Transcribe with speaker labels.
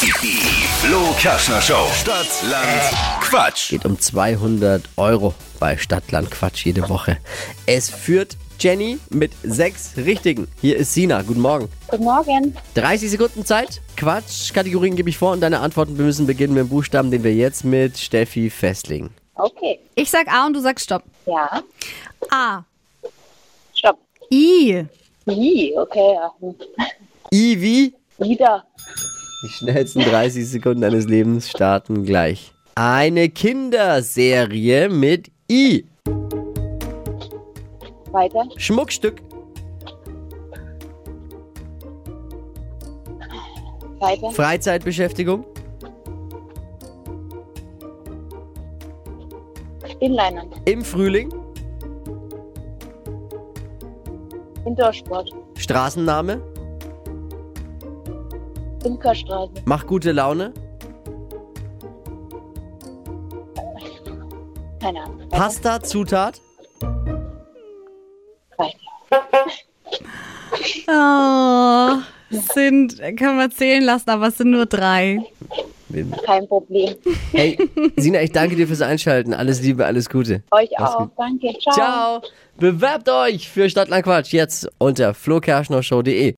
Speaker 1: Die Flo Kaschner Show. Stadt, Land, Quatsch.
Speaker 2: geht um 200 Euro bei Stadtland Quatsch jede Woche. Es führt Jenny mit sechs Richtigen. Hier ist Sina. Guten Morgen.
Speaker 3: Guten Morgen.
Speaker 2: 30 Sekunden Zeit. Quatsch. Kategorien gebe ich vor und deine Antworten müssen beginnen mit dem Buchstaben, den wir jetzt mit Steffi festlegen.
Speaker 3: Okay.
Speaker 4: Ich sag A und du sagst Stopp.
Speaker 3: Ja.
Speaker 4: A.
Speaker 3: Stopp.
Speaker 4: I.
Speaker 3: I. Okay. Ja. Hm.
Speaker 2: Ivi.
Speaker 3: Wieder.
Speaker 2: Die schnellsten 30 Sekunden deines Lebens starten gleich. Eine Kinderserie mit I.
Speaker 3: Weiter.
Speaker 2: Schmuckstück.
Speaker 3: Weiter.
Speaker 2: Freizeitbeschäftigung.
Speaker 3: Inlinern.
Speaker 2: Im Frühling.
Speaker 3: Indoorsport.
Speaker 2: Straßenname.
Speaker 3: Imkerstraße.
Speaker 2: Mach gute Laune.
Speaker 3: Keine Ahnung. Weiter.
Speaker 2: Pasta Zutat.
Speaker 3: Weiter.
Speaker 4: Oh, sind, kann man zählen lassen, aber es sind nur drei.
Speaker 3: Kein Problem.
Speaker 2: Hey, Sina, ich danke dir fürs Einschalten. Alles Liebe, alles Gute.
Speaker 3: Euch
Speaker 2: Mach's
Speaker 3: auch.
Speaker 2: gut.
Speaker 3: Danke. Ciao.
Speaker 2: Ciao. Bewerbt euch für Stadtlandquatsch jetzt unter flokerschnershow.de.